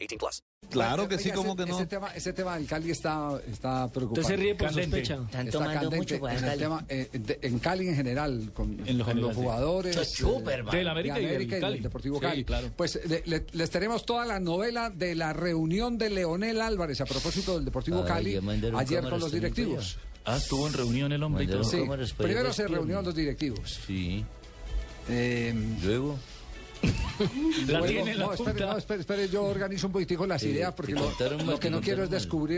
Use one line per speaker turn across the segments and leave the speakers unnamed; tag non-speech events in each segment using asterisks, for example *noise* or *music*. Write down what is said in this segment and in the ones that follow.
18 plus.
Claro que
Oiga,
sí,
ese-
como que no.
Ese tema, ese tema del Cali está, está preocupante.
Usted se ríe por sospecha.
Están
Está
tomando
candente
mucho para
en, el
Cali.
tema, eh, de- en Cali en general, con,
En lo
con
general,
los
sí.
jugadores.
Esto es súper,
eh,
man.
Del América,
de
y
América y
del Cali.
del Deportivo
Sí,
Cali.
claro.
Pues le- le- les tenemos toda la novela de la reunión de Leonel Álvarez a propósito del Deportivo
Ay,
Cali
ya mandaron
ayer con los
cámaras también
directivos.
Ah, estuvo en reunión el hombre y todo.
Mandaron
Sí.
cámaras para
Primero
allá,
se
tío.
reunieron los directivos.
Sí.
Eh,
Luego.
La
Luego-
tiene la
no, espere,
punta.
no, espere, espere, yo organizo un poquitico las ideas porque
te
lo,
contaron
lo
mal,
que
te
no quiero es
contaron mal.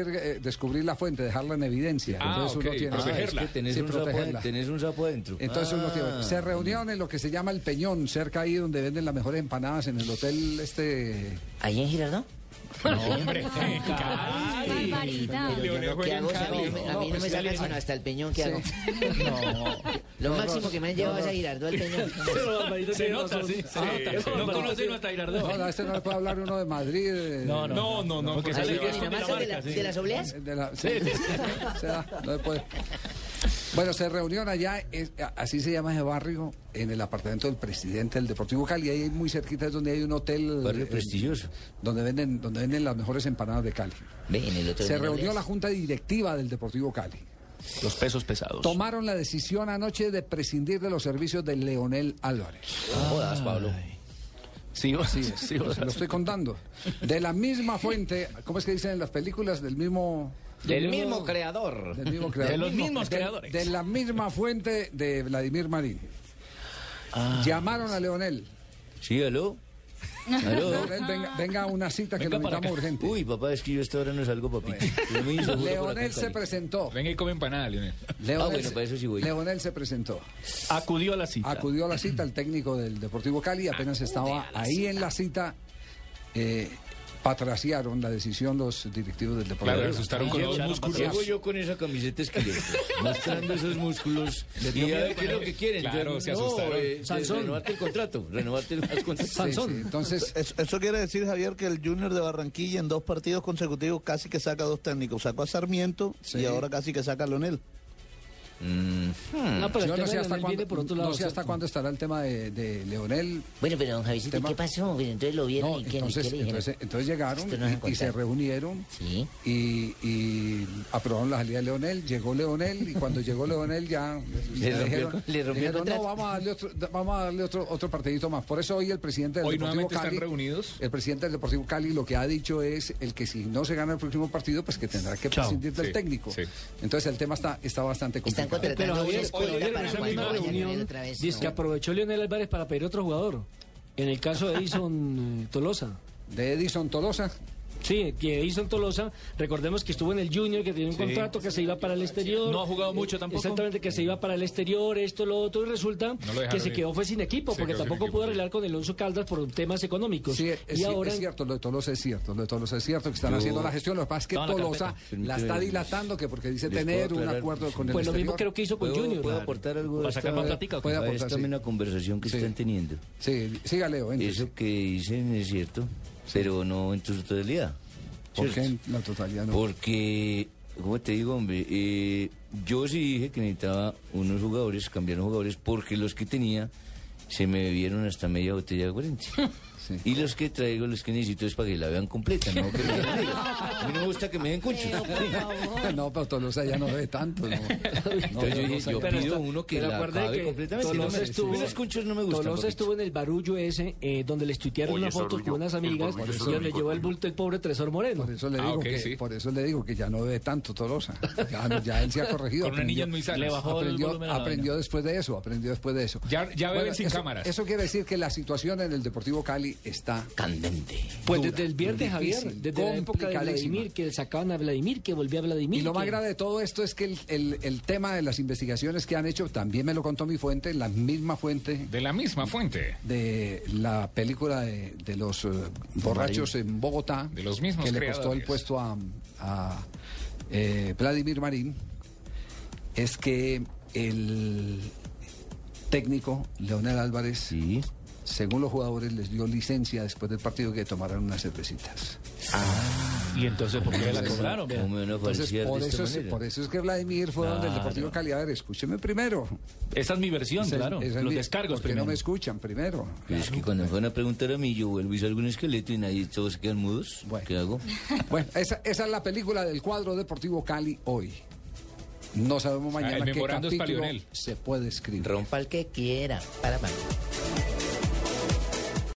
descubrir eh, descubrir la fuente, dejarla en evidencia.
Ah,
Entonces
ok,
uno tiene
Ah, es
protegerla.
que tenés,
Sí,
un sapo,
protegerla.
tenés un sapo adentro.
Entonces uno tiene-
Ah,
se reunieron en lo que se llama El Peñón, cerca ahí donde venden las mejores empanadas en el hotel este
¿Ahí en Girardot?
Hombre,
Barbarita.
Leonel
Yo no,
juega
¿Qué
en
hago? si a mí,
Cali.
no me- a mí
No,
no,
pues,
me
ya le-
sacan sino hasta el peñón. ¿Qué hago?
no,
Lo máximo que me han llevado es a Girardot al peñón.
Pero Barbarito
Se
tiene
nota,
razón.
sí,
Se
sí.
nota.
Se
No
nota.
conoce uno
no,
a
no,
Tairardo.
este no le puede hablar uno de Madrid. eh,
No, no.
No, no, no, porque
¿A
sale
los
bien.
Dinamarca de, la-
sí.
de las obleas?
De la- sí. O sea, no se puede. Bueno, se reunieron allá, es- a- así se llama ese barrio, en el apartamento del presidente del Deportivo Cali. Ahí muy cerquita es donde hay un hotel.
Barrio
eh,
prestigioso.
Donde venden, donde venden las mejores empanadas de Cali.
Ven, el otro
Se
día
reunió
obleas.
la junta directiva del Deportivo Cali.
Los pesos pesados.
Tomaron la decisión anoche de prescindir de los servicios de Leonel Álvarez.
No jodas, Pablo.
Sí, sí, sí. o
Se
sea,
lo estoy contando. De la misma fuente, ¿cómo es que dicen en las películas? Del mismo.
Del mismo creador.
Del mismo creador.
De los mismos
De-
creadores.
De, la misma fuente de Vladimir Marín. Llamaron a Leonel.
Sí, aló. Aló.
Leonel, *laughs* venga, venga a una cita que lo
para
necesitamos urgente.
Uy, papá, es que yo a esta hora no salgo, papito. Estoy muy inseguro por acá en
Leonel se
Cali.
presentó.
Venga y come empanada, Leonel.
Leonel,
Ah, bueno,
se-
para eso sí voy.
Leonel se presentó.
Acudió a la cita.
Acudió a la cita el técnico del Deportivo Cali. Apenas estaba ahí en la cita. eh, patraciaron la decisión los directivos del Deportivo
Claro, le
Cali.
asustaron con los músculos.
Llego yo con esa camiseta
*laughs*
esqueleto, mostrando esos músculos. Y a ver qué es lo que quieren.
Claro,
Yo,
se
no,
asustaron.
eh, de-
Sansón.
Renovarte el contrato. Renovarte el
*laughs*
contrato.
Sí, sí, Entonces,
Es- Eso quiere decir, Javier, que el Junior de Barranquilla en dos partidos consecutivos casi que saca dos técnicos. Sacó a Sarmiento
Sí.
y ahora casi que saca a Leonel.
No, pero
yo
el
no sé
tema
hasta
de viene por
cuándo,
otro
no
lado.
sé hasta
¿cierto?
cuándo estará el tema de, de Leonel.
Bueno, pero don Javisito,
Tema-
¿qué pasó? Pero Entonces lo vieron
No,
y qué,
entonces,
¿qué le dijeron?
entonces, eh, entonces llegaron
Esto no es
y- y, se
contar.
reunieron
Sí.
y, y aprobaron la salida de Leonel. Llegó Leonel y cuando llegó Leonel
*laughs*
ya
rompió el con- le rompió el
dijeron, no,
contrato".
vamos a darle, otro, da- vamos a darle otro, otro partidito más. Por eso hoy el presidente del
Hoy
Deportivo
nuevamente
Cali.
están reunidos.
El presidente del Deportivo Cali lo que ha dicho es el que si no se gana el próximo partido, pues que tendrá que prescindir del
Sí,
técnico.
sí.
Entonces el tema está, está bastante
Están
complicado.
contratando
Pero
una
Javier,
escolta
Javier, en
para
esa misma
cuando vaya a
reunión,
Leonel otra vez.
dice que
No.
aprovechó Leonel Álvarez para pedir otro jugador. En el caso de
*laughs*
Edison eh, Tolosa.
De Edison Tolosa.
Sí, que Edison Tolosa, recordemos que estuvo en el Junior, que tenía un
Sí.
contrato, que se iba para el exterior. Eh,
No ha jugado mucho tampoco.
Exactamente, que se iba para el exterior, esto, lo otro, y resulta
lo dejaron
que se
ir.
quedó fue sin equipo,
Se
porque
quedó sin
tampoco
equipo,
pudo
sí.
arreglar con Alonso Caldas por temas económicos.
Sí, es,
y
es
ahora
cierto, lo de Tolosa es cierto, lo de Tolosa es cierto, que están haciendo la gestión, lo que pasa es que
Estaba en la
Tolosa
carpeta.
la
Permíteme,
está
les-
dilatando, que porque dice
les puedo
tener un
aclarar,
acuerdo
pues,
con el
Pues lo mismo creo
exterior.
que hizo con
¿Puedo,
Junior.
¿Puedo aportar algo?
¿Para
a
sacar
esta-
más platica o qué?
Puede
a
aportar,
esta
sí.
una conversación que
Sí.
están teniendo.
Sí, siga Leo, entonces.
Eso que dicen es cierto, pero no en su totalidad.
¿Por qué
¿Cierto?
en la totalidad no?
Porque, como te digo, hombre, Eh, yo sí dije que necesitaba unos jugadores, cambiar los jugadores, porque los que tenía se me bebieron hasta media botella de aguardiente.
*laughs* Sí.
Y los que traigo, los que necesito es para que la vean completa, no que me den medio. A mí no me gusta que me den concho.
*laughs*
*laughs*
pues, No, pero Tolosa ya no ve tanto.
*laughs*
No, No,
Entonces yo dije,
Tolosa ya-
yo
Pero
pido
está-
uno que
pero
la
acuerde
acabe
que
completamente.
Tolosa
No me-
estuvo-
Esos conchos no me gustan.
Tolosa
papito.
estuvo en el barullo ese, eh, donde le estuitearon una foto con unas amigas y donde llevó el bulto el pobre Tresor Moreno.
Por eso, le
Ah,
digo
ok,
que,
sí.
por eso le digo que ya no ve tanto Tolosa. Ya, no- ya él se ha corregido.
Con una niña muy sana.
Le bajó el
aprendió,
volumen a la
aprendió después de eso, aprendió después de eso.
Ya- ya beben sin
eso-
cámaras.
Eso quiere decir que la situación en el Deportivo Cali está
Candente.
Pues
dura,
desde el viernes,
difícil,
Javier, desde la época de
complicadísima.
Vladimir, que sacaban a Vladimir, que volvía a Vladimir.
Y lo más
que-
grave de todo esto es que el, el- el tema de las investigaciones que han hecho, también me lo contó mi fuente, la misma fuente
De la misma fuente.
de la película de, de los eh, borrachos en Bogotá,
De los mismos
que le costó el
creadores.
puesto a, a, eh, Vladimir Marín, es que el técnico Leonel Álvarez,
Sí.
según los jugadores, les dio licencia después del partido que tomaran unas cervecitas.
Y entonces, ¿por qué la cobraron?
Como una
Entonces,
falsedad
por
de esta
eso, es,
manera.
por eso es que Vladimir fue donde el
Claro.
Deportivo Cali. A ver, escúcheme primero.
Esa es mi versión,
Esa es-
claro.
esa es
Los
mi-
descargos
¿por qué
primero.
no me escuchan primero?
Pero es que cuando me van a preguntar a mí, yo vuelvo y salgo un esqueleto y nadie, todos quedan mudos.
Bueno. *laughs*
¿Qué hago?
Bueno, esa, esa es la película del cuadro Deportivo Cali hoy. No sabemos mañana
el
qué
memorando es pa'
capítulo
Lionel.
se puede escribir.
Rompa el que quiera. Para, para.